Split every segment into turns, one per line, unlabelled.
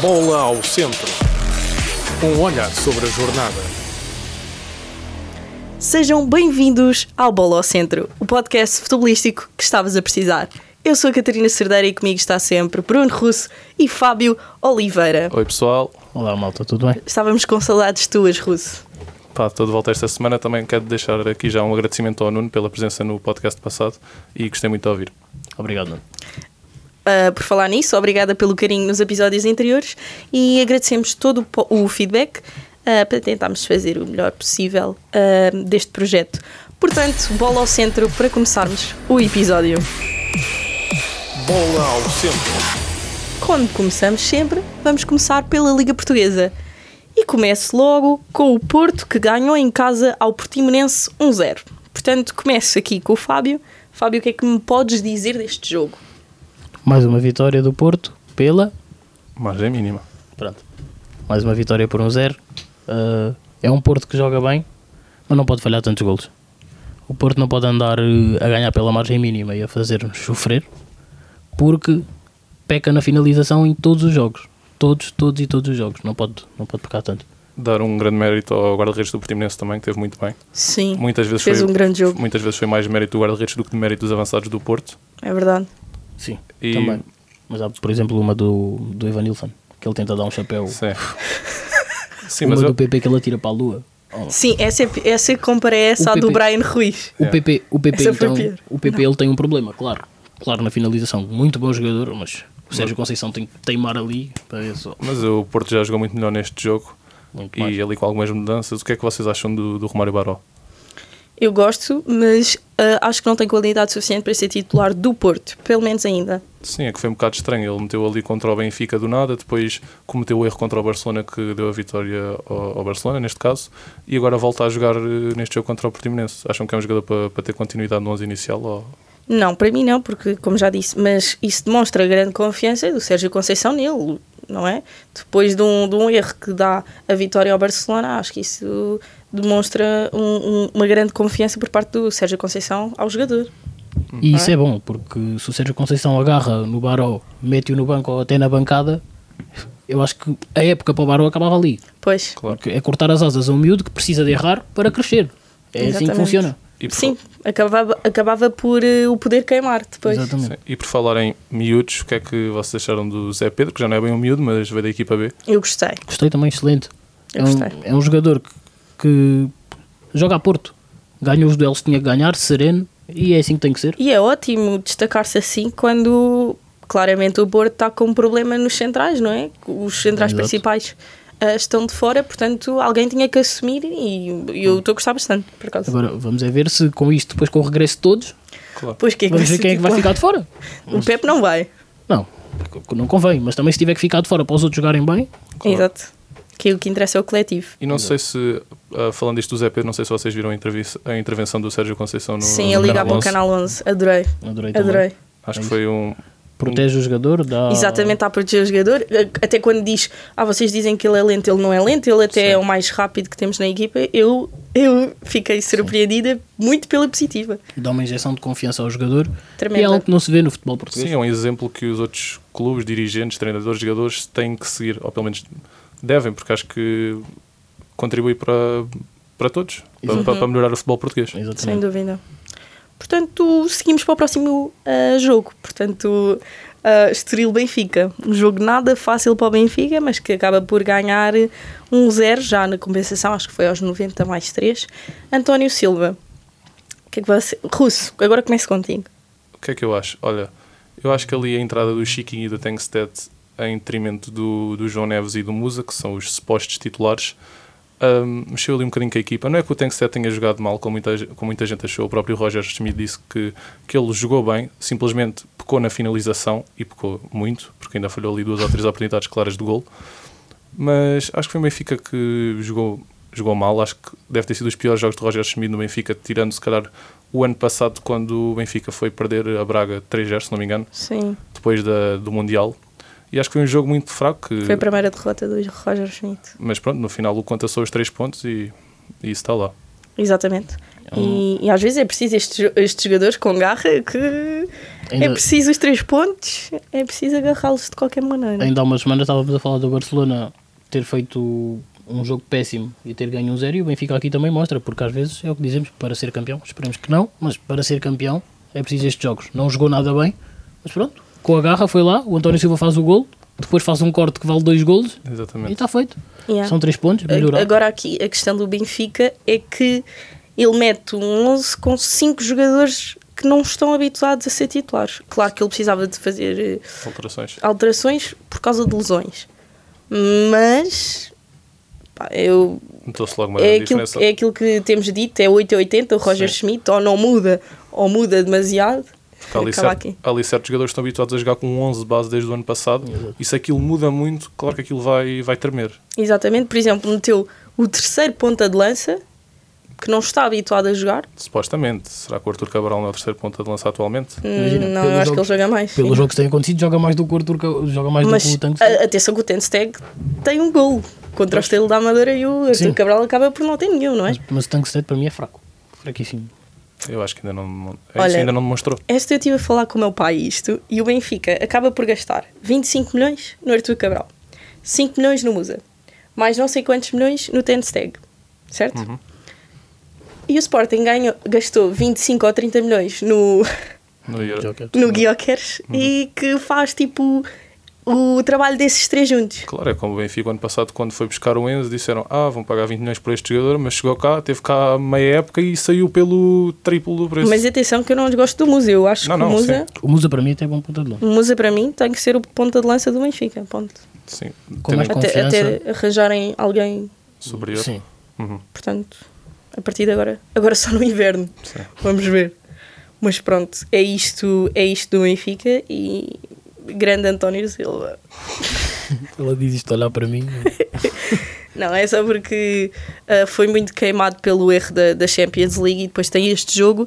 Bola ao centro. Um olhar sobre a jornada.
Sejam bem-vindos ao Bola ao Centro, o podcast futebolístico que estavas a precisar. Eu sou a Catarina Cerdeira e comigo está sempre Bruno Russo e Fábio Oliveira.
Oi pessoal,
Olá malta, tudo bem?
Estávamos com saudades tuas, Russo.
pá, estou de volta esta semana. Também quero deixar aqui já um agradecimento ao Nuno pela presença no podcast passado e gostei muito de ouvir.
Obrigado, Nuno.
Ah, por falar nisso, obrigada pelo carinho nos episódios anteriores e agradecemos todo o po- o, feedback ah, para tentarmos fazer o melhor possível ah, deste projeto. Portanto, bola ao centro para começarmos o episódio.
Bola ao centro.
Quando começamos sempre, vamos começar pela Liga Portuguesa. E começo logo com o Porto que ganhou em casa ao Portimonense 1-0. Portanto, começo aqui com o Fábio. Fábio, o que é que me podes dizer deste jogo?
Mais uma vitória do Porto pela.
Margem é mínima.
Pronto. Mais uma vitória por um zero. Ah, é um Porto que joga bem, mas não pode falhar tantos golos. O Porto não pode andar eh, a ganhar pela margem mínima e a fazer-nos sofrer, porque peca na finalização em todos os jogos. Todos, todos e todos os jogos. Não pode, não pode pecar tanto.
Dar um grande mérito ao guarda-redes do Portimonense também, que teve muito bem.
Sim,
Muitas vezes,
fez
foi,
um grande jogo,
muitas vezes foi mais mérito do guarda-redes do que mérito dos avançados do Porto.
é verdade.
Sim,
E-
também. Mas há, por exemplo, uma do, do Ivan Nilsson, que ele tenta dar um chapéu.
Sim, é- Sim
uma
mas
do
eu,
PP que ele atira para a lua. Oh,
Sim, essa, é- essa compara é essa
O
à do
PP.
Brian Ruiz.
O
É.
PP, o PP,
Essa foi
então,
pior.
o PP ele tem um problema, claro. Claro, na finalização, muito bom jogador, mas o Sérgio Conceição tem que teimar ali para ver só.
mas o Porto já jogou muito melhor neste jogo
Muito mais.
e ali com algumas mudanças. O que é que vocês acham do, do Romário Baró?
Eu gosto, mas ah, acho que não tem qualidade suficiente para ser titular do Porto, pelo menos ainda.
Sim, é que foi um bocado estranho. Ele meteu ali contra o Benfica do nada, depois cometeu o erro contra o Barcelona que deu a vitória ao, ao Barcelona, neste caso, e agora volta a jogar eh, neste jogo contra o Portimonense. Acham que é um jogador para, para ter continuidade no 11 inicial? Ou...
Não, para mim não, porque, como já disse, mas isso demonstra a grande confiança do Sérgio Conceição nele, não é? Depois de um, de um erro que dá a vitória ao Barcelona, acho que isso demonstra um- um- uma grande confiança por parte do Sérgio Conceição ao jogador.
E isso é bom, porque se o Sérgio Conceição agarra no Baró, mete-o no banco ou até na bancada, eu acho que a época para o Baró acabava ali.
Pois,
Porque é cortar as asas a um miúdo que precisa de errar para crescer. É assim que
Exatamente.
funciona.
E por,
sim, acabava, acabava por eh, o poder queimar depois.
Exatamente.
Sim. E por falar em miúdos, o que é que vocês acharam do Zé Pedro, que já não é bem um miúdo, mas veio da equipa B?
Eu gostei.
Gostei também, excelente.
Eu
é, um,
gostei.
é um jogador que, que joga a Porto. Ganha os duelos que tinha que ganhar, sereno, e é assim que tem que ser.
E é ótimo destacar-se assim quando claramente o Porto está com um problema nos centrais, não é? Os centrais
Exato.
principais ah, estão de fora, portanto alguém tinha que assumir e eu estou a gostar bastante, por acaso.
Agora Hum. vamos é ver se com isto, depois com o regresso de todos,
Claro.
Pois quem é que
vamos ver
ser
quem é que vai
titular?
ficar de fora.
O Pepe não vai.
Não, porque não convém, mas também se tiver que ficar de fora para os outros jogarem bem,
Claro.
Exato. Que o que interessa é o coletivo.
E não sei se, ah, falando isto do Zé Pedro, não sei se vocês viram a, entrevista, a intervenção do Sérgio Conceição no
Sim,
no
a ligar para o
11.
Canal 11. Adorei.
adorei, também.
Adorei.
Acho que foi um...
Protege o jogador, dá.
Exatamente, a proteger o jogador. Até quando diz, ah, vocês dizem que ele é lento, ele não é lento, ele até é o mais rápido que temos na equipa. Eu, eu fiquei surpreendida muito pela positiva.
Dá uma injeção de confiança ao jogador.
Tremenda.
E é algo que não se vê no futebol
Sim,
português.
é um exemplo que os outros clubes, dirigentes, treinadores, jogadores têm que seguir, ou pelo menos devem, porque acho que contribui para, para todos, para, para- para melhorar o futebol português.
Sem
Exatamente.
dúvida. Portanto, seguimos para o próximo ah, jogo. Portanto, ah, Estoril Benfica. Um jogo nada fácil para o Benfica, mas que acaba por ganhar 1-0 já na compensação, acho que foi aos 90 mais 3. António Silva. O que é que você. Russo, agora começo contigo.
O que é que eu acho? Olha, eu acho que ali a entrada do Chiquinho e do Tengsted em detrimento do, do João Neves e do Musa, que são os supostos titulares, ahm, mexeu ali um bocadinho com a equipa. Não é que o Tengsted tenha jogado mal, como muita, ge- como muita gente achou. O próprio Roger Schmidt disse que, que ele jogou bem, simplesmente pecou na finalização, e pecou muito, porque ainda falhou ali duas ou três oportunidades claras de gol. Mas acho que foi o Benfica que jogou, jogou mal. Acho que deve ter sido os piores jogos de Roger Schmidt no Benfica, tirando se calhar o ano passado, quando o Benfica foi perder a Braga 3-0, se não me engano,
Sim,
depois da- do Mundial. E acho que foi um jogo muito fraco. que-
Hum.
foi a primeira derrota do Roger Schmidt.
Mas pronto, no final o conta só os três pontos e, e isso está lá.
Exatamente.
Hum.
E, e às vezes é preciso estes, estes jogadores com garra que é
Ainda-
preciso os três pontos, é preciso agarrá-los de qualquer maneira.
Ainda há umas semanas estávamos a falar do Barcelona ter feito um jogo péssimo e ter ganho um zero e o Benfica aqui também mostra, porque às vezes é o que dizemos, para ser campeão, esperemos que não, mas para ser campeão é preciso estes jogos. Não jogou nada bem, mas pronto, com a garra foi lá, o António Silva faz o gol, depois faz um corte que vale dois golos e
Exatamente.
está feito.
Yeah.
São três pontos, melhorar.
Agora aqui a questão do Benfica é que ele mete um 11 com cinco jogadores que não estão habituados a ser titulares. Claro que ele precisava de fazer eh,
Alterações.
alterações por causa de lesões, mas pá, eu,
Notou-se logo uma
é,
grande
aquilo,
diferença.
é aquilo que temos dito, é 8 a 80, o Roger
Sim.
Schmidt, ou não muda, ou muda demasiado.
Porque há ali,
Acaba
certo-
aqui.
há ali certos jogadores que estão habituados a jogar com um 11 de base desde o ano passado. E se aquilo muda muito, claro que aquilo vai, vai tremer.
Exatamente, por exemplo, meteu o terceiro ponta de lança, que não está habituado a jogar.
Supostamente. Será que o Arthur Cabral não é o terceiro ponta de lança atualmente?
Imagina,
não,
pelo
eu acho
jogo-
que ele joga mais.
Pelos
Sim.
jogos que têm acontecido, joga mais do que o Arthur, Ca- joga mais do
Mas eh,
que o Tanque.
a- atenção que o Tensteg tem um gol contra o Estrela da Amadora e o Arthur
Sim.
Cabral acaba por não ter nenhum, não é?
Mas, mas o Tanque para mim é fraco, fraquíssimo.
Eu acho que ainda não, é isso
Olha-
ainda não demonstrou.
Esta eu estive a falar com o meu pai isto e o Benfica acaba por gastar 25 milhões no Arthur Cabral, 5 milhões no Musa, mais não sei quantos milhões no Tensteg, certo?
Uhum.
E o Sporting ganhou, gastou 25 ou 30 milhões no,
No Euro.
Joker.
no Guiocers
Uhum.
e que faz tipo o trabalho desses três juntos.
Claro, é como o Benfica ano passado, quando foi buscar o Enzo, disseram: Ah, vão pagar 20 milhões por este jogador, mas chegou cá, teve cá meia época e saiu pelo triplo do preço.
Mas atenção que eu não gosto do Musa, eu acho
Não,
que o
não,
Musa.
sim.
O Musa para mim é até bom ponta de lança.
O Musa para mim tem que ser o ponta de lança do Benfica, ponto.
Sim,
Com mais
tendo-
Até,
Confiança.
até arranjarem alguém,
superior.
Sim.
Uhum.
portanto, a partir de agora. Agora só no inverno,
Sim.
vamos ver. Mas pronto, é isto, é isto do Benfica e grande António Silva.
Ela diz isto a olhar para mim.
Não, é só porque ah, foi muito queimado pelo erro da, da Champions League e depois tem este jogo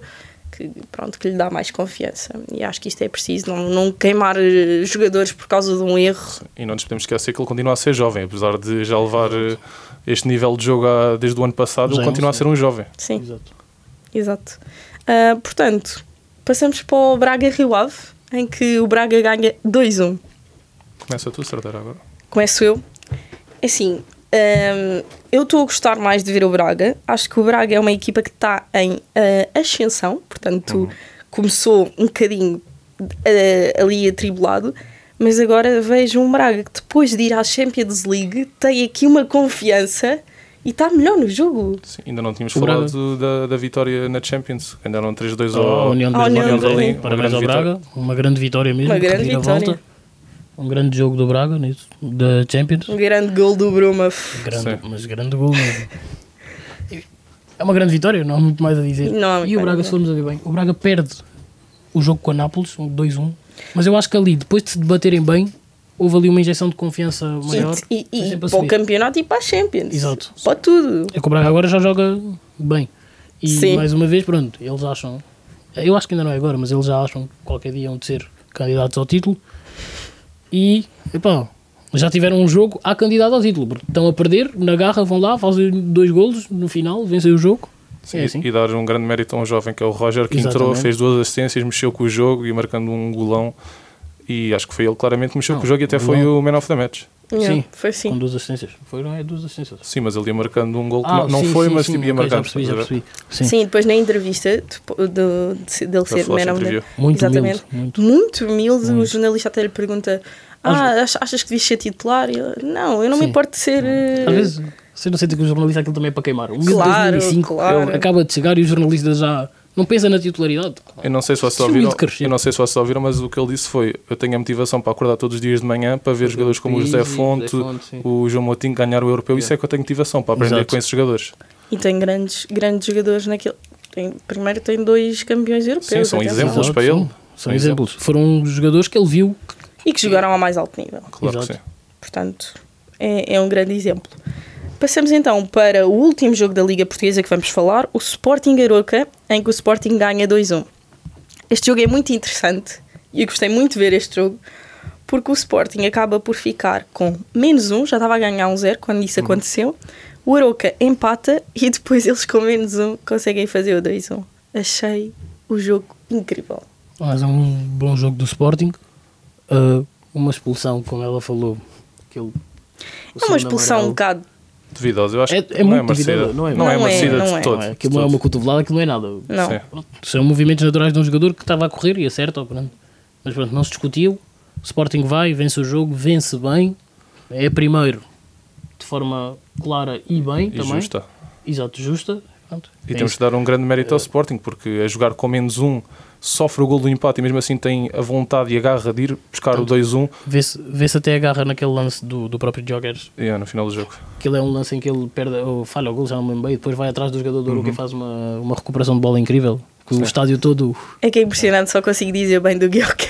que, pronto, que lhe dá mais confiança. E acho que isto é preciso, não, não queimar eh, jogadores por causa de um erro.
E não nos podemos esquecer que ele continua a ser jovem, apesar de já levar eh, este nível de jogo há- desde o ano passado,
Já
ele
é um
continua a ser um jovem.
Sim.
Exato.
Exato. Ah, portanto, passamos para o Braga Rio Ave, em que o Braga ganha 2-1.
Começa tu, Sardeira, agora.
Começo eu. Assim, ahm, eu estou a gostar mais de ver o Braga. Acho que o Braga é uma equipa que está em ah, ascensão, portanto,
Uhum.
começou um bocadinho ah, ali atribulado. Mas agora vejo um Braga que depois de ir à Champions League tem aqui uma confiança e está melhor no jogo.
Sim, ainda não tínhamos
O Braga.
falado da, da vitória na Champions. Ganharam 3-2
a
ao
União de
Ah,
Berlim.
União de Berlim.
Berlim. Oh. Parabéns
Uma
ao
grande
Braga. Uma grande vitória mesmo.
Uma grande
reviravolta.
vitória.
Um grande jogo do Braga, nisso, da Champions.
Um grande gol do Bruma.
Grande,
Sim.
mas grande gol mesmo. É uma grande vitória, não há muito mais a dizer.
Não há muito
e o
mais a
Braga,
dizer.
se formos a ver bem, o Braga perde o jogo com a Nápoles, um 2-1. Mas eu acho que ali, depois de se debaterem bem, houve ali uma injeção de confiança maior.
E, e-
Foi
e
sempre a
para o
subir.
campeonato e para a Champions.
Exato.
Para tudo.
É que o Braga agora já joga bem. E
Sim.
mais uma vez, pronto, eles acham. Eu acho que ainda não é agora, mas eles já acham que qualquer dia vão de ser candidatos ao título. E, epá, já tiveram um jogo a candidato ao título, porque estão a perder, na garra vão lá, fazem dois golos no final, vencem o jogo.
Sim,
é assim.
E dar um grande mérito a um jovem que é o Roger, que entrou,
Exatamente.
fez duas assistências, mexeu com o jogo e marcando um golão. E acho que foi ele claramente que mexeu
Não,
com o jogo e até
não.
foi o Man of the Match.
Yeah,
Sim.
Foi assim. sim.
Com duas assistências. Foram, é, duas assistências.
Sim, mas ele ia marcando um gol que não- não
Ah, sim,
foi,
sim,
mas
sim,
tipo, ia
ok, já
marcando.
percebi, já
estás a ver?
percebi. Sim,
Sim. depois na entrevista depo- do, de- dele ser
falaste
man
na
of the-
entrevista.
Muito humilde,
Exatamente.
muito.
Muito humilde. O jornalista até lhe pergunta: Ah, ach- achas que devias ser titular? E ele, não, eu não me
Sim.
importo de ser. eh,
Às vezes, você não sente que o jornalista aquilo também é para queimar. O miúdo de
Claro,
2005
claro.
ele é um, acaba de chegar e o jornalista já não pensa na titularidade.
Eu não sei se vocês
Sim,
ouviram,
muito é um crescido.
eu não sei se vocês ouviram, mas o que ele disse foi: eu tenho a motivação para acordar todos os dias de manhã para ver jogadores como o
Pizzi,
José Fonte,
José Fonte, sim.
o João Moutinho ganhar o europeu. Isso é que eu tenho motivação para aprender
Exato.
com esses jogadores.
E tem grandes, grandes jogadores naquele. Tem, primeiro tem dois campeões europeus.
Sim, são
atenção.
exemplos
Exato,
É um para ele.
sim. São exemplos. Foram um jogadores que ele viu. que-
E que jogaram ao mais alto nível.
Claro que
Exato.
sim.
Portanto, é, é um grande exemplo. Passamos então para o último jogo da Liga Portuguesa que vamos falar, o Sporting Aroca, em que o Sporting ganha 2-1. Este jogo é muito interessante e eu gostei muito de ver este jogo, porque o Sporting acaba por ficar com menos um, já estava a ganhar um zero quando isso aconteceu, O Aroca empata e depois eles com menos um conseguem fazer o 2-1. Achei o jogo incrível.
Mas é um bom jogo do Sporting. Uh, uma expulsão, como ela falou. Que ele, o
é uma
segundo
expulsão um
amarelo-
bocado.
duvidosa. Eu acho
É-
que
é
não é
muito duvidosa,
merecida.
não é?
Não é
Não é,
merecida
não é.
de todo.
Não é,
de
aquilo não é uma
todo.
cotovelada, aquilo não é nada.
Não.
Sim.
São movimentos naturais de um jogador que estava a correr e acerta, ou pronto. Mas pronto, não se discutiu. O Sporting vai, vence o jogo, vence bem. É primeiro de forma clara e bem
E
também.
justa.
Exato, justa. Pronto.
E
É
temos
isso.
de dar um grande mérito ao Sporting, porque a jogar com menos um sofre o gol do empate e mesmo assim tem a vontade e a garra de ir buscar o 2-1
Vê-se vê até a garra naquele lance do, do próprio Jogger.
yeah, no final do jogo.
Aquilo é um lance em que ele perde, ou falha o gol, já não me lembro bem, e depois vai atrás do jogador do Aruca e faz uma, uma recuperação de bola incrível. Que o estádio todo.
É que é impressionante, só consigo dizer bem do Guilherme.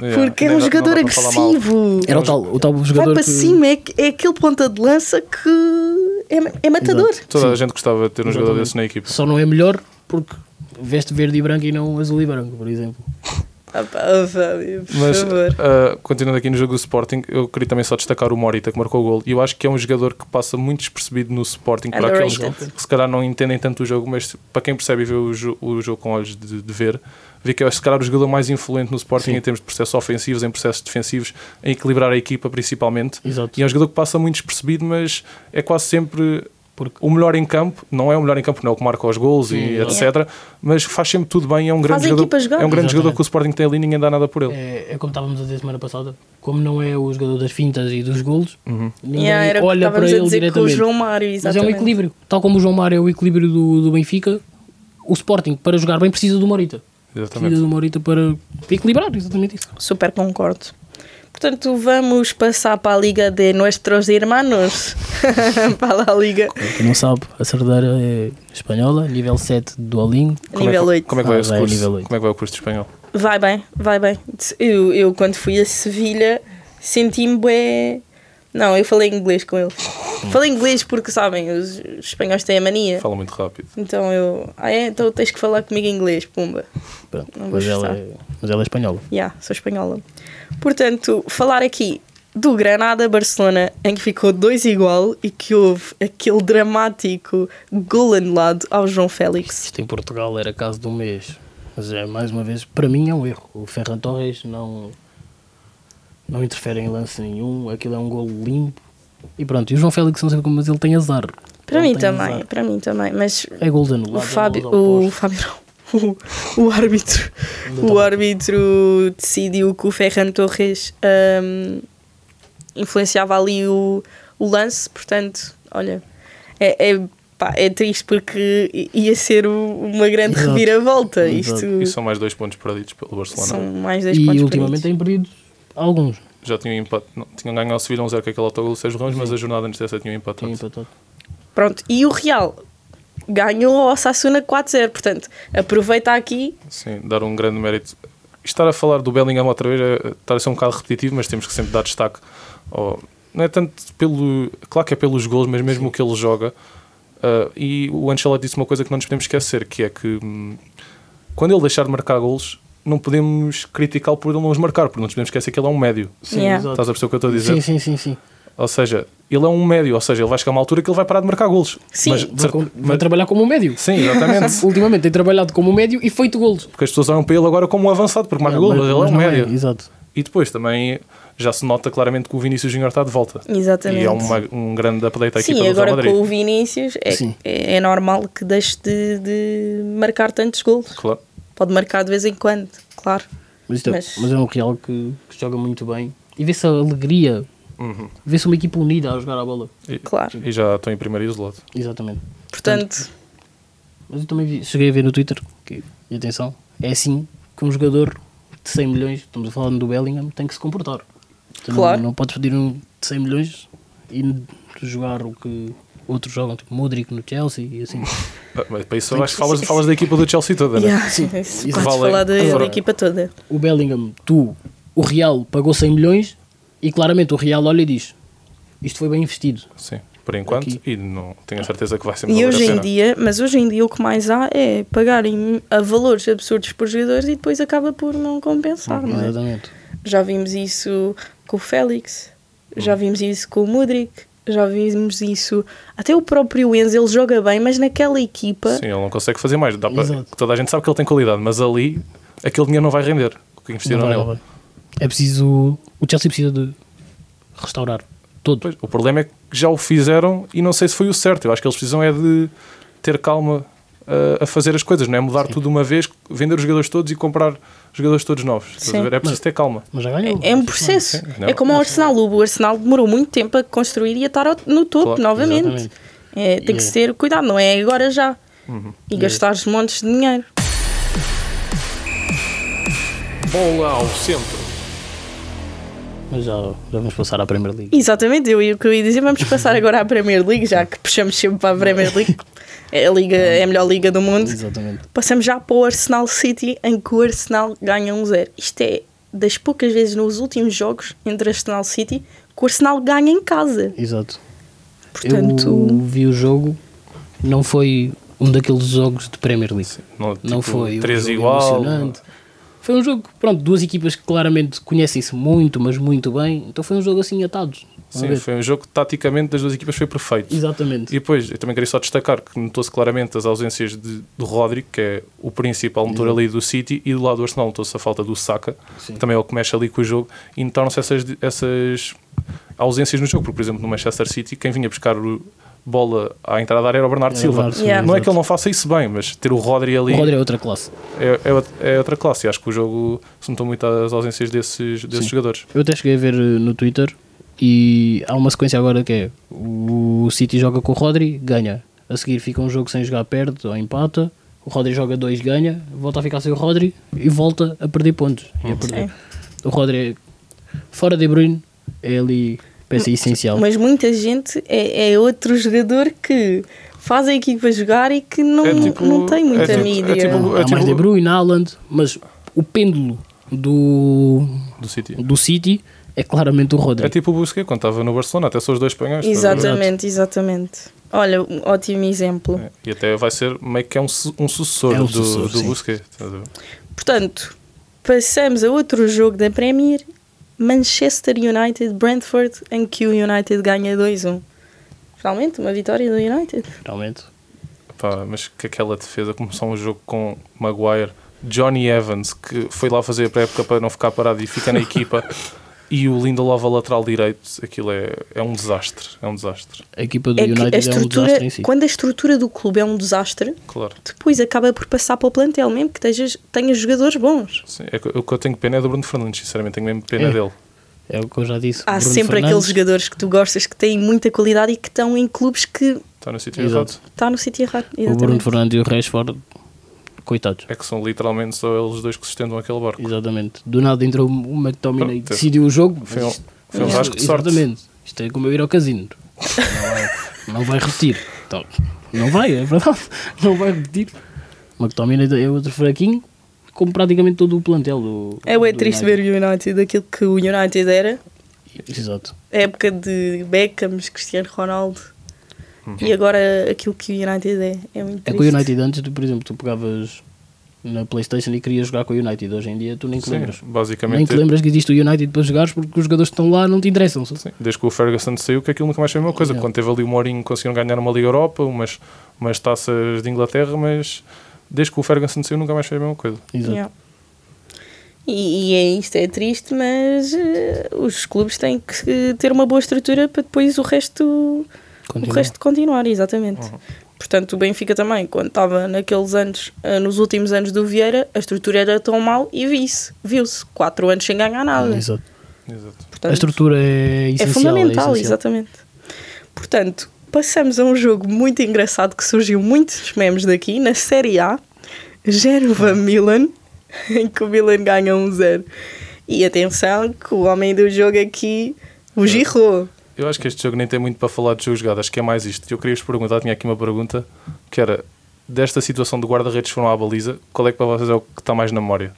Yeah.
Porque é
Nem
um
dá- não dá
jogador
para falar mal.
agressivo.
Era o tal, o tal
Vai
jogador.
para
que-
cima, é, que- é aquele ponta de lança que é, é matador.
Exato.
Toda a gente gostava de ter um jogador
Exatamente.
desse na equipe.
Só não é melhor porque veste verde e branco e não azul e branco, por exemplo.
Ah, pá, Fábio, por
Mas,
favor.
ah, continuando aqui no jogo do Sporting, eu queria também só destacar o Morita, que marcou o gol. E eu acho que é um jogador que passa muito despercebido no Sporting para aqueles
Underrated.
que se calhar não entendem tanto o jogo, mas para quem percebe e vê o, jo- o jogo com olhos de, de ver, vê que é se calhar o jogador mais influente no Sporting em termos de processos ofensivos, em processos defensivos, em equilibrar a equipa principalmente.
Exato.
E é um jogador que passa muito despercebido, mas é quase sempre
Porque-
o melhor em campo. Não é o melhor em campo, não é o que marca os gols e
exato.
etc. Mas faz sempre tudo bem. É um grande
a
jogador.
equipa jogar.
É um grande jogador
Exatamente.
que o Sporting tem ali, ninguém dá nada por ele.
É, é como estávamos a dizer semana passada, como não é o jogador das fintas e dos golos, ninguém
Yeah, era o que
olha para
estávamos a
ele
dizer com o
diretamente.
João Mário,
Mas é
exatamente.
um equilíbrio. Tal como o João Mário é o equilíbrio do, do Benfica, o Sporting, para jogar bem, precisa do Morita. Precisa
Exatamente.
do Morita para equilibrar, exatamente isso.
Super concordo. Portanto, vamos passar para a Liga de Nuestros Hermanos. para a Liga
é
Quem não sabe, a Cerdeira é espanhola, nível 7 do Alinho.
nível
é,
8.
que- Como é que vai
Ah,
esse
vai
curso?
nível oito.
Como é que vai o curso de espanhol?
Vai bem, vai bem. Eu, eu quando fui a Sevilha senti-me bué... Não, eu falei inglês com eles. Falei inglês porque, sabem, os espanhóis têm a mania.
Fala muito rápido.
Então eu... Ah é? Então tens que falar comigo em inglês, pumba.
Pronto,
Não vou
mas, ela
esforçar.
é, mas ela é espanhola.
Yeah, sou espanhola. Portanto, falar aqui do Granada-Barcelona, em que ficou 2 igual e que houve aquele dramático gol anulado ao João Félix.
Isto em Portugal era caso de um mês. Mas é, mais uma vez, para mim é um erro. O Ferran Torres não, não interfere em lance nenhum. Aquilo é um gol limpo. E pronto, e o João Félix, não sei como, mas ele tem azar.
Para
Ele
mim
tem
também,
azar.
para mim também, mas
É gol de anulado.
o Fábio,
é gol
o Fábio não, o, o árbitro,
tá
o árbitro decidiu que o Ferran Torres hum, influenciava ali o, o lance, portanto, olha, é, é, pá, é triste porque i- ia ser o- uma grande
Exato.
reviravolta.
Exato. é
Isto
E são mais dois pontos perdidos pelo Barcelona.
são mais dois
E
pontos
ultimamente
perdidos.
tem perdido alguns.
Já tinham empate. Não, tinham ganho ao Sevilha 1-0 com aquele autogol do Sérgio Ramos, mas a jornada antes dessa tinham empatado.
Tem empatado.
Pronto, e o Real ganhou ao Sassuna 4-0, portanto, aproveita aqui
Sim, dar um grande mérito. Estar a falar do Bellingham outra vez é- está a ser um bocado repetitivo, mas temos que sempre dar destaque. ao- não é tanto pelo. Claro que é pelos gols, mas mesmo o que ele joga. Ah, e o Ancelotti disse uma coisa que não nos podemos esquecer, que é que hum, quando ele deixar de marcar gols, não podemos criticá-lo por ele não os marcar, porque não nos podemos esquecer que ele é um médio.
Sim,
Yeah.
exato.
Estás a perceber o que eu estou a dizer?
Sim, sim, sim, sim.
Ou seja, ele é um médio, ou seja, ele vai chegar a uma altura que ele vai parar de marcar golos.
Sim.
Mas,
Vai, com- vai trabalhar como um médio.
sim, exatamente.
Ultimamente tem trabalhado como um médio e feito golos.
porque as pessoas olham para ele agora como um avançado, porque marca
Não,
golos,
mas-
mas ele é
mas
um
não
médio.
Exato.
E depois também já se nota claramente que o Vinícius Júnior está de volta.
Exatamente.
E é uma- um grande update aqui
Sim,
para o Real
agora
Madrid.
com o Vinícius é,
Sim.
é, é normal que deixe de, de marcar tantos golos.
Claro.
Pode marcar de vez em quando, claro.
Mas, isto é-
Mas-
mas é um Real que, que joga muito bem. E vê-se a alegria,
Uhum.
vê-se uma equipa unida a jogar a bola.
E,
Claro.
e já estão em primeiro isolado.
Exatamente.
Portanto,
Mas eu também vi- cheguei a ver no Twitter, que, e atenção, é assim que um jogador de 100 milhões, estamos a falar do Bellingham, tem que se comportar. Tu não-
Claro.
Não, podes pedir um de 100 milhões e n- jogar o que outros jogam, tipo Modric no Chelsea e assim.
Ah, Mas para isso acho que falas, falas da equipa do Chelsea toda, né?
yeah,
Sim,
isso
isso
podes
vale-
falar da,
Agora-
da equipa toda.
O Bellingham, tu, o Real pagou 100 milhões e claramente o Real olha e diz, isto foi bem investido.
Sim, por enquanto.
Aqui.
E não tenho a certeza que vai sempre
E
valer a
hoje em
pena.
dia, mas hoje em dia o que mais há é pagarem a valores absurdos por jogadores e depois acaba por não compensar,
Uhum.
não é?
Exatamente.
Uhum.
Já vimos isso com o Félix, já vimos isso com o Mudrik, já vimos isso. Até o próprio Enzo, ele joga bem, mas naquela equipa.
Sim, ele não consegue fazer mais. Dá pra-
Exato.
toda a gente sabe que ele tem qualidade, mas ali aquele dinheiro não vai render. O que
Não
investiram
vai,
nele.
não vai. É preciso. O Chelsea precisa de restaurar todo.
Pois, o problema é que já o fizeram e não sei se foi o certo. Eu acho que eles precisam é de ter calma uh, a fazer as coisas, não é mudar tudo de uma vez, vender os jogadores todos e comprar jogadores todos novos. Estás a
Sim.
ver? É preciso ter calma.
Mas já ganhou.
É um processo.
sim. Não,
É como o Arsenal. O Arsenal demorou muito tempo a construir e a estar ao- no topo
Claro,
novamente.
exatamente.
É, tem que
E é-
ser cuidado, não é agora já. E gastar os montes de dinheiro.
Bola ao centro.
Mas já, já vamos passar à Premier League.
Exatamente, eu, o que eu ia dizer, vamos passar agora à Premier League, já que puxamos sempre para a Premier League. É a, liga, é a melhor liga do mundo.
Exatamente.
Passamos já para o Arsenal City, em que o Arsenal ganha 1-0. Isto é das poucas vezes nos últimos jogos entre Arsenal City que o Arsenal ganha em casa.
Exato. Eu
Portanto,
vi o jogo, não foi um daqueles jogos de Premier League.
Não,
não
tipo,
foi um
três
jogo
igual.
emocionante. Foi um jogo, pronto, duas equipas que claramente conhecem-se muito, mas muito bem. Então foi um jogo assim atado. Vamos
Sim,
ver.
foi um jogo que taticamente das duas equipas foi perfeito.
Exatamente.
E depois, eu também queria só destacar que notou-se claramente as ausências de, do Rodrigo, que é o principal motor ali do City, e do lado do Arsenal notou-se a falta do Saka,
Sim.
que também é o que mexe ali com o jogo, e notaram-se essas, essas ausências no jogo, porque, por exemplo, no Manchester City, quem vinha buscar o- bola à entrada da área era o Bernardo
Era o
Silva.
Bernardo Silva,
Yeah.
Não é que
exato.
ele não faça isso bem, mas ter o Rodrigo ali
O Rodri é outra classe.
é, é outra- é outra classe. E acho que o jogo se notou muito as ausências desses, desses
Sim.
jogadores.
Eu até cheguei a ver eh, no Twitter e há uma sequência agora que é o City joga com o Rodri, ganha. A seguir fica um jogo sem jogar perto ou empata. O Rodri joga dois, ganha, volta a ficar sem o Rodri e volta a perder pontos. E
Hum.
a perder.
Sim.
O Rodri é fora de Bruyne, é ali peça essencial.
Hum. mas muita gente é, é outro jogador que faz a equipa jogar e que não,
É tipo-
não tem muita
é tipo- é
mídia.
tipo-
há mais
tipo-
de Bruyne, Haaland, mas o pêndulo do,
Do City.
do City é claramente o Rodri.
É tipo o Busquets, quando estava no Barcelona, até são os dois espanhóis. estás a ver?
Exatamente, exatamente. Olha, um ótimo exemplo.
É, E até vai ser meio que é um, su- um sucessor
É um
do,
sucessor,
do
sim.
Busquets. estás a ver?
Portanto, passamos a outro jogo da Premier. Manchester United, Brentford, em que o United ganha 2-1. Realmente, uma vitória do United.
Realmente.
Pá, mas que aquela defesa começou um jogo com Maguire, Johnny Evans, que foi lá fazer a pré-época para não ficar parado e fica na equipa, e o Lindelof a lateral direito, aquilo é, é um desastre. É um desastre,
A equipa do
É que a
United é um
estrutura,
desastre em si.
quando a estrutura do clube é um desastre,
claro.
depois acaba por passar para o plantel, mesmo que tenhas, tenhas jogadores bons.
Sim, é que- o que eu tenho pena é do Bruno Fernandes, sinceramente, tenho mesmo pena
É.
dele.
É o que eu já disse.
Há
Bruno
sempre
Fernandes.
aqueles jogadores que tu gostas que têm muita qualidade e que estão em clubes que
Está no sítio
Exato.
errado.
está no sítio errado.
O Bruno
Exatamente.
Fernandes e o Rashford, coitados.
É que são literalmente só eles dois que sustentam aquele barco.
Exatamente. Do nada entrou o McTominay e
Pronto.
decidiu o jogo.
Foi um-
Mas isto-
foi um
isto-
rasgo de sorte.
Exatamente. Isto é como eu ir ao casino. Não vai, não vai repetir. Então, não vai, é verdade. Não vai repetir. O McTominay é outro fraquinho, como praticamente todo o plantel do.
É, bué
do
triste ver
United.
o United, aquilo que o United era.
Exato.
a época de Beckham, Cristiano Ronaldo e agora aquilo que o United é. É muito
Hum. É
triste.
que o United antes, tu, por exemplo, tu pegavas na Playstation e querias jogar com o United. Hoje em dia tu nem te
Sim,
lembras.
basicamente. é-
Nem te lembras que existe o United para jogares porque os jogadores que estão lá não te interessam. só-
Sim, desde que o Ferguson saiu, que aquilo nunca mais foi a mesma coisa.
Yeah.
Quando teve ali o Mourinho, conseguiram ganhar uma Liga Europa, umas, umas taças de Inglaterra, mas desde que o Ferguson saiu, nunca mais foi a mesma coisa.
Exato.
Yeah. E, e é isto, é triste, mas eh, os clubes têm que ter uma boa estrutura para depois o resto, o
Continua. Uhum.
resto continuar, exatamente. Portanto, o Benfica também, quando estava naqueles anos, eh, nos últimos anos do Vieira, a estrutura era tão mal e vi-se, viu-se, quatro anos sem ganhar nada.
Exato.
Exato.
Ah, A
Portanto,
estrutura é
É
essencial.
fundamental,
é essencial.
exatamente. Portanto, passamos a um jogo muito engraçado que surgiu muitos memes daqui, na Série A, Gerva
Uhum.
Milan, em que o Milan ganha 1-0. E atenção, que o homem do jogo aqui, o
Uhum.
Giroud.
Eu acho que este jogo nem tem muito para falar de jogo jogado, acho que é mais isto. Eu queria vos perguntar, tinha aqui uma pergunta, que era desta situação de guarda-redes foram à baliza, qual é que para vocês é o que está mais na memória?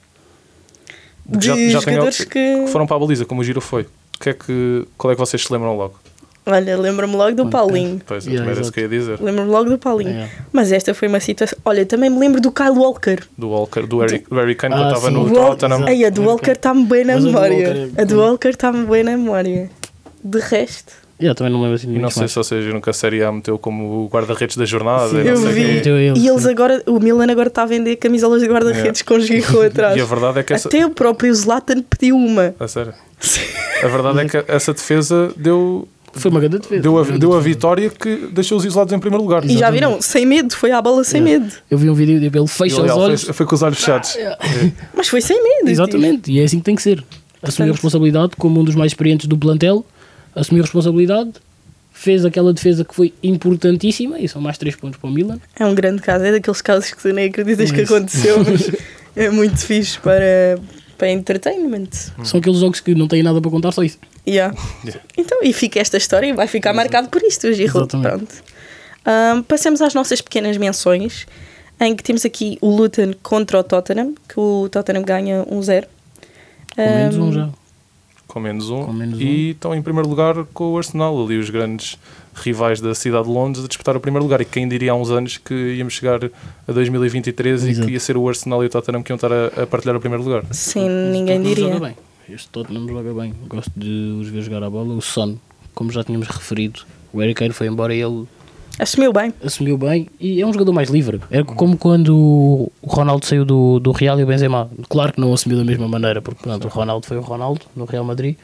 De
tem
jogadores que-
foram para a baliza, como o Giro foi. O Que é que, qual é que vocês se lembram logo?
Olha, lembro-me logo do Paulinho.
Pois,
Yeah,
yeah, era isso
exato.
que eu ia dizer.
Lembro-me logo do Paulinho.
É.
Mas esta foi uma situação. Olha, também me lembro do Kyle Walker.
Do Walker, do Harry, do Harry Kane,
Ah,
quando estava
sim.
no
Walker,
Tottenham.
exato.
Ai, a do
Walker.
Walker está-me bem na
Mas a do
memória.
Walker é-
A do Walker está-me bem na memória. De resto,
Yeah, também não lembro assim de
E não
muitos
sei
mais.
se vocês viram que a Série A meteu como o guarda-redes da jornada. e não
Eu
sei
vi.
quê.
Meteu ele,
e eles
é. sim.
agora, o Milan agora está a vender camisolas de guarda-redes com Gigo atrás.
É. E a verdade é que essa.
Até o próprio Zlatan pediu uma.
A sério. A verdade é que essa defesa deu,
Foi uma grande defesa.
deu, a,
Foi uma
deu a
grande defesa.
vitória que deixou os isolados em primeiro lugar.
E já viram? Sem medo, foi à bola
É.
sem
Yeah.
medo.
Eu vi um vídeo dele, ele fecha
E ele
os olhos.
Foi, foi com os olhos fechados.
Mas foi sem medo. tipo.
Exatamente, e é assim que tem que ser. Assumiu a responsabilidade como um dos mais experientes do plantel, assumiu a responsabilidade, fez aquela defesa que foi importantíssima, e são mais 3 pontos para o Milan.
É um grande caso, é daqueles casos que tu nem acreditas que
Isso.
aconteceu, mas é muito fixe para, para entertainment.
Hum.
São aqueles jogos que não têm nada para contar, só isso.
Yeah. Então, e fica esta história e vai ficar marcado por isto, o Giroud.
Exatamente.
Pronto. Ahm, passemos às nossas pequenas menções, em que temos aqui o Luton contra o Tottenham, que o Tottenham ganha 1-0.
Com menos
Hum,
um já.
Com menos um.
Com menos
E estão em primeiro lugar com o Arsenal, ali os grandes rivais da cidade de Londres a disputar o primeiro lugar. E quem diria há uns anos que íamos chegar a 2023 e
Exato.
que ia ser o Arsenal e o Tottenham que iam estar a, a partilhar o primeiro lugar.
Sim, ninguém
Tottenham
diria.
Joga bem. Este Tottenham joga bem. Gosto de os ver jogar a bola. O Son, como já tínhamos referido, o Harry Kane foi embora e ele
Assumiu bem.
assumiu bem e é um jogador mais livre. É como quando o Ronaldo saiu do, do Real e o Benzema. Claro que não assumiu da mesma maneira, porque pronto, o Ronaldo foi o Ronaldo no Real Madrid,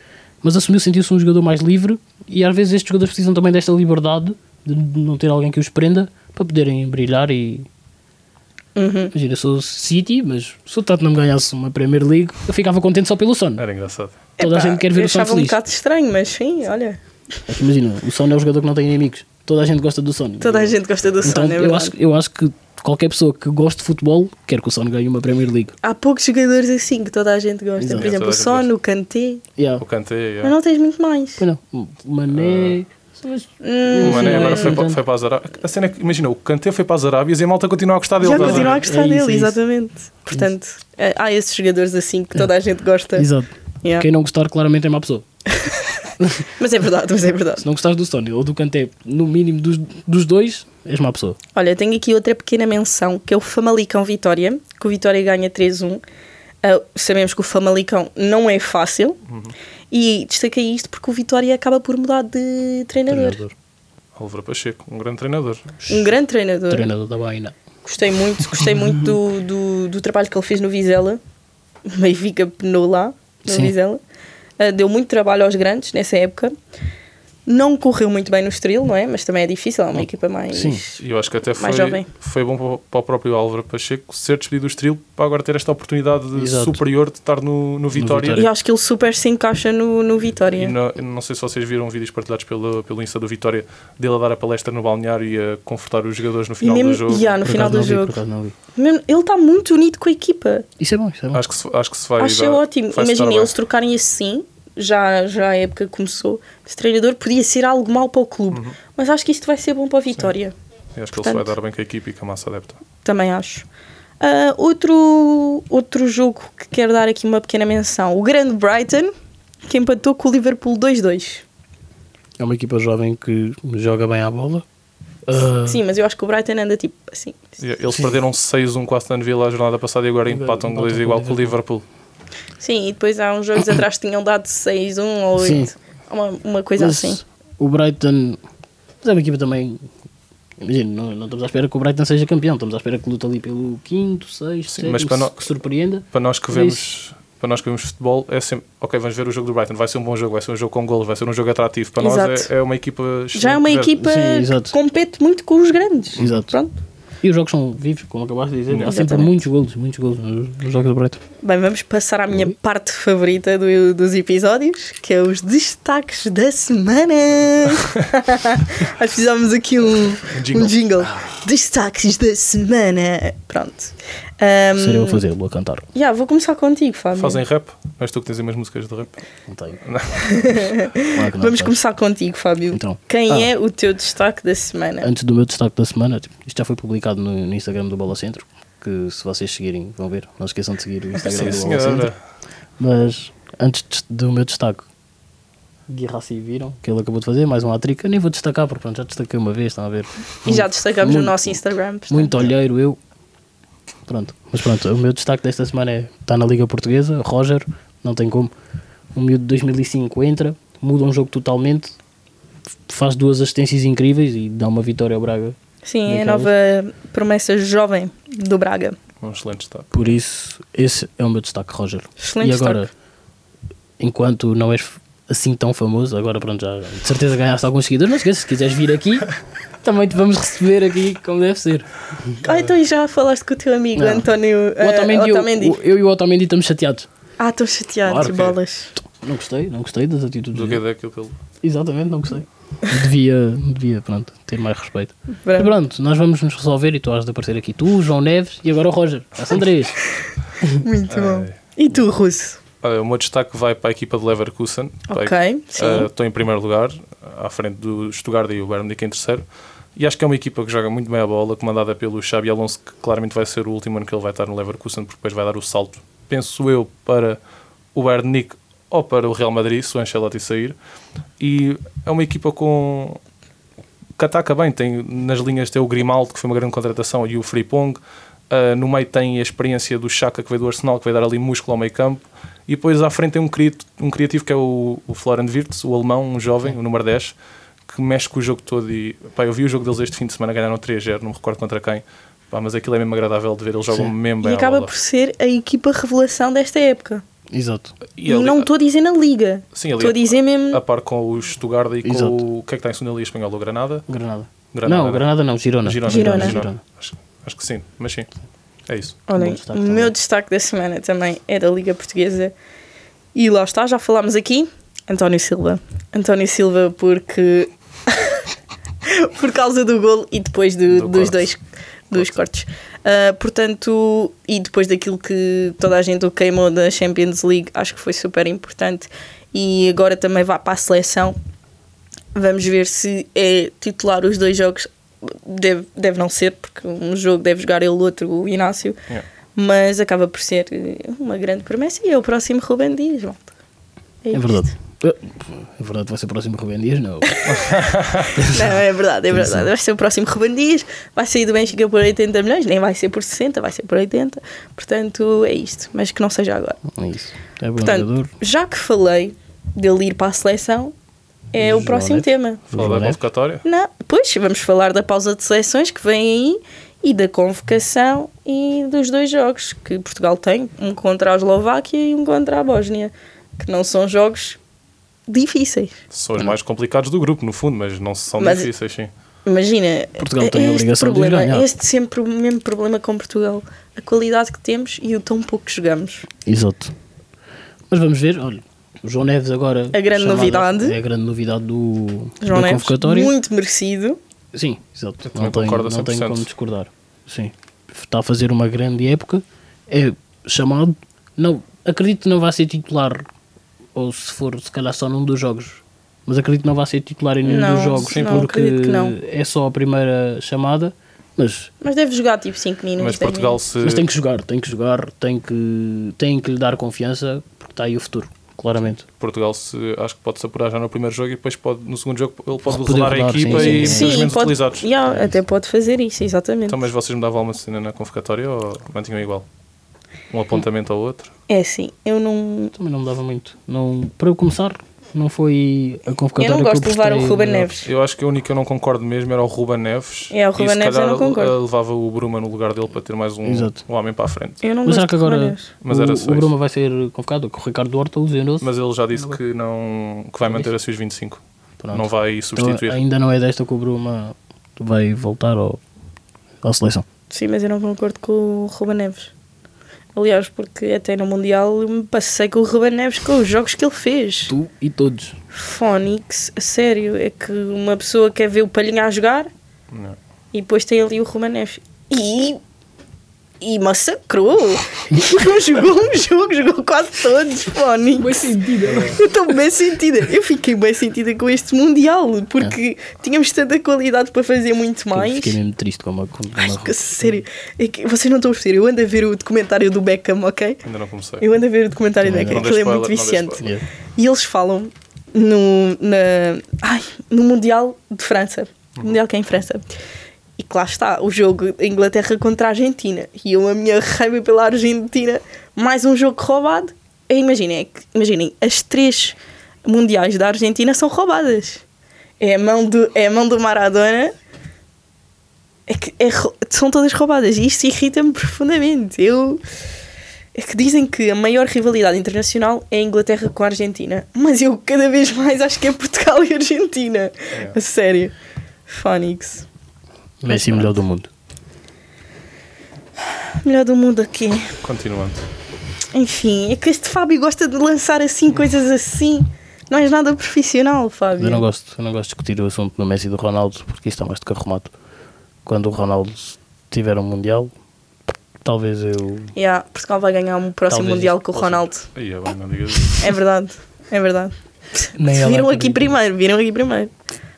mas assumiu sentiu-se um jogador mais livre e às vezes estes jogadores precisam também desta liberdade de não ter alguém que os prenda para poderem brilhar e
Uhum.
imagina, eu sou City, mas se o Tottenham ganhasse uma Premier League, eu ficava contente só pelo sono.
Era engraçado.
Toda a
Epá,
gente quer ver
eu
o Son
achava um
feliz.
bocado estranho, mas sim, olha.
Mas Imagina, o sono é um jogador que não tem inimigos. Toda a gente gosta do sono.
Toda
Uhum.
a gente gosta do Son,
Então,
é verdade.
eu, acho, eu acho que qualquer pessoa que goste de futebol quer que o Son ganhe uma Premier League.
Há poucos jogadores assim que toda a gente gosta.
Exato.
Por exemplo,
Toda
o
a gente
Son,
gosta.
o Kanté.
Yeah.
O Kanté, é.
Mas
yeah.
não tens muito mais. Hum,
Pois não, o Mané. Mas-
O Mané
Sim,
agora
é
foi, pa-
importante.
foi para as Arábias. A cena é que, imagina, o Kanté foi para as Arábias e a malta continua a gostar dele.
Já
estás a ver?
continua a gostar
É isso,
dele,
é isso. É.
exatamente. Portanto, eh, há esses jogadores assim que toda a gente gosta.
Exato.
Yeah.
Quem não gostar, claramente é má pessoa.
Mas é verdade, mas é verdade.
Se não gostares do Sony ou do Kanté, no mínimo dos, dos dois, és má pessoa.
Olha, tenho aqui outra pequena menção que é o Famalicão Vitória, que o Vitória ganha 3-1. Ah, sabemos que o Famalicão não é fácil
Uhum.
e destaquei isto porque o Vitória acaba por mudar de treinador.
Treinador.
Álvaro Pacheco, um grande treinador.
Um grande treinador.
Treinador da Baina.
Gostei muito, gostei muito do, do, do trabalho que ele fez no Vizela. O Benfica penou lá, no
Sim.
Vizela. Ah, deu muito trabalho aos grandes nessa época. Não correu muito bem no Estoril, não é? Mas também é difícil, é uma equipa mais...
Sim.
E eu acho que até foi,
Mais jovem.
foi bom para o- para o próprio Álvaro Pacheco ser despedido do Estoril para agora ter esta oportunidade de-
Exato.
superior de estar no, no Vitória.
Vitória.
E acho que ele super se encaixa no, no
E
Vitória.
na- eu não sei se vocês viram vídeos partilhados pelo, pelo Insta do Vitória dele a dar a palestra no balneário e a confortar os jogadores no
E
final
mesmo,
do jogo.
yeah, no
Por
final do
acaso não vi,
jogo.
por acaso não vi.
Mesmo- ele está muito unido com a equipa.
Isso é bom, isso é bom.
Acho que se, acho que se vai.
acho
dar-
ótimo.
vai-se dar
Imagina
bem.
eles trocarem assim, já, já a época que começou. Esse treinador podia ser algo mau para o clube.
Uhum.
Mas acho que isto vai ser bom para a Vitória.
Eu Acho que ele se vai
portanto-
dar bem com a equipe e com a massa adepta.
Também acho. Ah, outro, outro jogo que quero dar aqui uma pequena menção: o grande Brighton, que empatou com o Liverpool 2-2.
É uma equipa jovem que joga bem à bola. Ah,
Sim, mas eu acho que o Brighton anda tipo assim.
E Eles perderam 6-1 com a Aston Villa a jornada passada e agora
Agora
empatam
empatam
2
com o
igual com o Liverpool.
Sim, e depois há uns jogos atrás que tinham dado 6-1 ou
Sim.
8. Uma, uma coisa
Mas
assim.
O Brighton. Mas é uma equipa também. Imagina, não, não estamos à espera que o Brighton seja campeão, estamos à espera que lute ali pelo quinto,
Sim,
sexto, sétimo,
mas para
se-
nó-
que surpreenda.
Para nós que
Por
vemos. Para nós que vemos futebol, é sempre. Ok, vamos ver o jogo do Brighton. Vai ser um bom jogo, vai ser um jogo com golos, vai ser um jogo atrativo. Para nós
Exato.
é, é uma equipa.
Já é uma
excelente de ver.
equipa
Sim,
que
exato.
compete muito com os grandes.
Exato.
Pronto.
E os jogos são vivos, como acabaste de dizer, há sempre
Exatamente.
muitos golos, muitos golos nos nos jogos do Brighton.
Bem, vamos passar à minha parte favorita do- dos episódios, que é os destaques da semana. Nós fizemos aqui um um jingle.
Jingle.
Ah.
Destaques da semana. Pronto. Ahm,
Seria eu a fazer, vou a cantar.
já, vou começar contigo, Fábio.
Fazem rap? Não és tu que tens as minhas músicas de rap?
Não tenho.
Não.
Claro que não
Vamos
faço.
começar contigo, Fábio.
Então.
Quem
Ah.
é o teu destaque da semana?
Antes do meu destaque da semana, tipo, isto já foi publicado no, no Instagram do Bola Centro, que se vocês seguirem vão ver. Não se esqueçam de seguir o Instagram
Sim,
do Bola Centro.
senhora.
Mas antes de- do meu destaque, Guirassi viram que ele acabou de fazer, mais um hat-trick. Eu nem vou destacar, porque pronto, já destaquei uma vez, estão a ver.
E já destacamos no
Muito-
nosso Instagram. portanto.
é Muito olheiro eu. Pronto, mas pronto, o meu destaque desta semana é, está na Liga Portuguesa, Roger, não tem como. Um miúdo de 2005 entra, muda um jogo totalmente, faz duas assistências incríveis e dá uma vitória ao Braga.
Sim, é a nova
Daquelas.
promessa jovem do Braga.
Um excelente destaque.
Por isso, esse é o meu destaque, Roger.
Excelente
e agora, enquanto não és assim tão famoso, agora pronto, já de certeza ganhaste alguns seguidores. Não esqueças, se quiseres vir aqui, também te vamos receber aqui como deve ser.
Ah, então e já falaste com o teu amigo
Não.
António
O Otamendi,
eh, Otamendi.
Eu, o- eu e o Otamendi estamos chateados.
Ah, estou chateado
Claro
de
que- é.
bolas.
Não gostei, não gostei das atitudes
Do que é
dele.
daquilo que ele.
Exatamente, não gostei. Devia, devia, pronto, ter mais respeito. E
Pronto.
pronto, nós vamos nos resolver e tu has de aparecer aqui. Tu, João Neves e agora o Roger. Já são três.
Muito bom.
Ai.
E tu, Russo?
Olha, Ah, o meu destaque vai para a equipa de Leverkusen. Vai-
Ok, sim.
Ah, Estou em primeiro lugar, à frente do Stuttgart e o Bayern Munique em terceiro. E acho que é uma equipa que joga muito bem a bola, comandada pelo Xabi Alonso, que claramente vai ser o último ano que ele vai estar no Leverkusen, porque depois vai dar o salto, penso eu, para o Bayern Munique ou para o Real Madrid, se o Ancelotti sair. E é uma equipa com que ataca bem. Tem, nas linhas tem o Grimaldo, que foi uma grande contratação, e o Fripong. Ah, no meio tem a experiência do Chaka, que veio do Arsenal, que vai dar ali músculo ao meio campo. E depois à frente tem um, cri- um criativo que é o, o Florian Wirtz, o alemão, um jovem, o número 10, que mexe com o jogo todo. E, pá, eu vi o jogo deles este fim de semana, ganharam 3-0, não me recordo contra quem. Pá, mas aquilo é mesmo agradável de ver, eles jogam
Sim.
mesmo bem
E
à
acaba
bola.
por ser a equipa revelação desta época.
Exato.
E ali-
Não estou a dizer na Liga.
Sim, ali-
Estou a dizer mesmo.
a par com o Stuttgart e com
Exato.
o... o que é que está em segunda liga espanhola? O Granada?
Granada.
Granada,
Não,
né?
Granada não, Girona.
Girona.
Girona.
Girona. Acho, acho que sim, mas sim. É isso.
Olhem,
bom destaque
o
também.
meu destaque da semana também é da Liga Portuguesa. E lá está, já falámos aqui. António Silva. António Silva, porque. por causa do gol e depois do-
Do
dos
corte.
dois dos cortes. Ah, portanto, e depois daquilo que toda a gente o queimou da Champions League, acho que foi super importante. E agora também vá para a seleção. Vamos ver se é titular os dois jogos. Deve, deve não ser, porque um jogo deve jogar ele, o outro, o
É.
Inácio.
Yeah.
Mas acaba por ser eh, uma grande promessa e é o próximo Ruben Dias, malta.
É
isto.
verdade. É verdade, vai ser o próximo Rubem Dias, não. é?
Não, é verdade, é
Sim,
verdade.
sim.
Vai ser o próximo Ruben Dias, vai sair do Benfica por 80 milhões, nem vai ser por 60, vai ser por 80. Portanto, é isto. Mas que não seja agora.
É isso. É bom
Portanto,
jogador.
já que falei dele ir para a seleção, é o
João
próximo
Neves.
tema.
Fala
João
da
Neves.
convocatória?
Não, pois, vamos falar da pausa de seleções que vem aí e da convocação e dos dois jogos que Portugal tem, um contra a Eslováquia e um contra a Bósnia, que não são jogos difíceis.
São os mais complicados do grupo, no fundo, mas não são
Mas-
difíceis, sim.
Imagina,
Portugal
é
tem a
este
obrigação de os
problema, é
ganhar.
este sempre o mesmo problema com Portugal, a qualidade que temos e o tão pouco que jogamos.
Exato. Mas vamos ver, olha. O João Neves agora.
A grande novidade.
É a grande novidade do,
João
da
Neves,
convocatória.
muito merecido.
Sim, exato.
também
Não tenho,
concordo a
não tenho
100%.
como discordar. Sim. Está a fazer uma grande época. É chamado. Não, acredito que não vai ser titular. Ou se for, se calhar só num dos jogos. Mas acredito que não vai ser titular em nenhum
Não,
dos jogos.
sim, não,
porque
acredito que não.
é só a primeira chamada. Mas,
Mas deve jogar tipo 5 minutos.
Mas
dez
Portugal,
minutos.
se.
mas tem que jogar, tem que jogar, tem que, tem que lhe dar confiança, porque está aí o futuro, claramente.
Portugal se, acho que pode-se apurar já no primeiro jogo e depois pode, no segundo jogo ele pode
Poder
rodar a
rodar,
equipa
sim,
e
sim.
ser os menos
pode,
utilizados.
yeah, até pode fazer isso, exatamente.
Então, mas vocês me davam alguma cena na convocatória ou mantinham igual? Um apontamento ao outro?
É assim, eu não,
Também não me dava muito. Não, para eu começar, não foi a
Eu
convocatória
não
que
gosto de levar o
apostei
Ruben
melhor.
Neves.
Eu acho que o único que eu não concordo mesmo era o Ruben Neves.
É, o Ruben
e se
Neves eu
calhar
não concordo.
eh, levava o Bruma no lugar dele para ter mais um,
Exato.
um homem para a frente.
Eu não
Mas será
gosto
que
de
agora
Romanes.
Mas
o,
era só
o Bruma
isso.
vai ser convocado? Que o Ricardo Horta lesionou-se?
Mas ele já disse que, não, que vai manter a seus 25.
Pronto.
Não vai
Então,
substituir.
ainda não é desta que o Bruma vai voltar ao, à seleção.
Sim, mas eu não concordo com o Ruben Neves. Aliás, porque até no Mundial eu me passei com o Ruben Neves com os jogos que ele fez.
Tu e todos.
Fónix, a sério, é que uma pessoa quer ver o Palhinha a jogar
Não.
e depois tem ali o Ruben Neves. E. E massacrou! Não jogou um jogo, jogou quase todos, Fónix. Eu estou bem sentida. Eu fiquei bem sentida com este Mundial, porque tínhamos tanta qualidade para fazer muito mais.
É. Fiquei mesmo triste com uma. Com uma
Ai, que sério. É que vocês não estão a perceber. Eu ando a ver o documentário do Beckham, ok?
Ainda não comecei.
Eu ando a ver o documentário do
Não
Beckham.
dê
Aquilo é
spoiler,
muito
não dê
viciante.
spoiler.
Yeah.
E eles falam no, na, ai, no Mundial de França. O Mundial que é em França. E que lá está, o jogo da Inglaterra contra a Argentina. E eu, a minha raiva pela Argentina, mais um jogo roubado. E Imaginem, é que- imaginem, as três mundiais da Argentina são roubadas. É a mão do, é a mão do Maradona. É que é rou- são todas roubadas. E isto irrita-me profundamente. Eu. É que dizem que a maior rivalidade internacional é a Inglaterra com a Argentina. Mas eu cada vez mais acho que é Portugal e Argentina.
É.
A sério. Fónix.
Messi é melhor do mundo.
Melhor do mundo aqui.
Continuando.
Enfim, é que este Fábio gosta de lançar assim coisas assim. Não és nada profissional, Fábio.
Eu não gosto, eu não gosto de discutir o assunto do Messi e do Ronaldo porque isto está mais do que arrumado. Quando o Ronaldo tiver um Mundial, talvez eu.
Yeah, Portugal vai ganhar um próximo
Talvez
Mundial
isto
com o
possa-
Ronaldo.
Aí é bem, não digas isso.
É verdade, é verdade.
Nem ela
viram um aqui
acredita.
primeiro, viram aqui primeiro.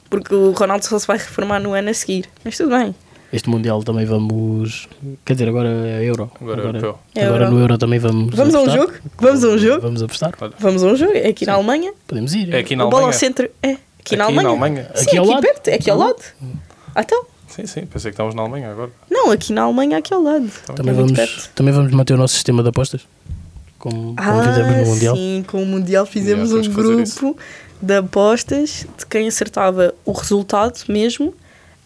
Porque o Ronaldo só se vai reformar no ano a seguir. Mas tudo bem.
Este Mundial também vamos. Quer dizer, agora é Euro.
Agora é europeu.
agora
Euro.
no Euro também vamos.
Vamos a um
apostar.
jogo? Vamos a um jogo?
Vamos apostar.
Vamos a um jogo? É aqui na Alemanha?
Podemos ir.
É aqui na
o bola ao
Alemanha.
centro é aqui na
Aqui
Alemanha.
na Alemanha.
Sim,
Aqui
aqui,
ao lado.
perto, é aqui ao lado. Ah, então?
Sim, sim, pensei que estávamos na Alemanha agora.
Não, aqui na Alemanha, aqui ao lado.
Então,
Também,
É muito
vamos,
perto.
também vamos manter o nosso sistema de apostas. Como, como fizemos
Ah,
no Mundial.
sim, com o Mundial fizemos
Yeah, temos
um
que fazer
grupo de apostas de quem acertava o resultado mesmo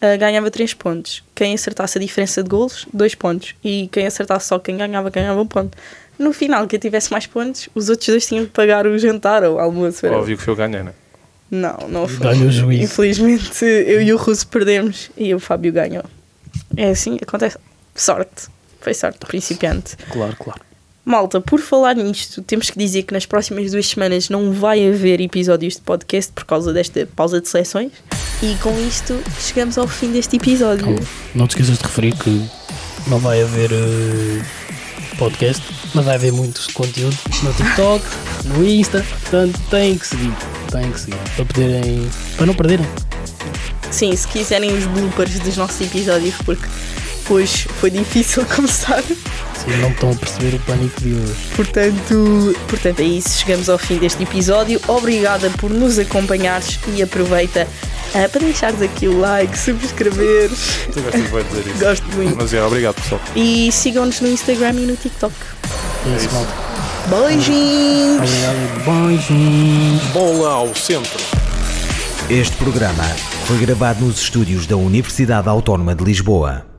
ah, ganhava 3 pontos. Quem acertasse a diferença de golos, 2 pontos. E quem acertasse só quem ganhava, ganhava um ponto. No final, quem tivesse mais pontos, os outros dois tinham que pagar o jantar ou o almoço. whatever.
Óbvio que foi eu ganhei, né?
Não, não foi.
Ganha o juiz.
Infelizmente, eu e o Russo perdemos e o Fábio ganhou. É assim, acontece. Sorte. Foi sorte, principiante.
Claro, claro.
Malta, por falar nisto, temos que dizer que nas próximas duas semanas não vai haver episódios de podcast por causa desta pausa de seleções. E com isto, chegamos ao fim deste episódio.
Como- Não te esqueças de referir que não vai haver eh, podcast, mas vai haver muito conteúdo no TikTok, no Insta. Portanto, têm que seguir. Têm que seguir. Para poderem. Para não perderem.
Sim, se quiserem os bloopers dos nossos episódios, porque hoje foi difícil começar.
Se não estão a perceber o pânico de hoje.
Portanto, portanto, é isso. Chegamos ao fim deste episódio. Obrigada por nos acompanhares e aproveita ah, para deixares aqui o like, subscreveres.
Tu gostas de dizer isso.
Gosto muito.
Mas é, obrigado pessoal.
E sigam-nos no Instagram e no TikTok.
É isso, malta.
Beijinhos!
Obrigado. Beijinhos.
Bola ao centro.
Este programa foi gravado nos estúdios da Universidade Autónoma de Lisboa.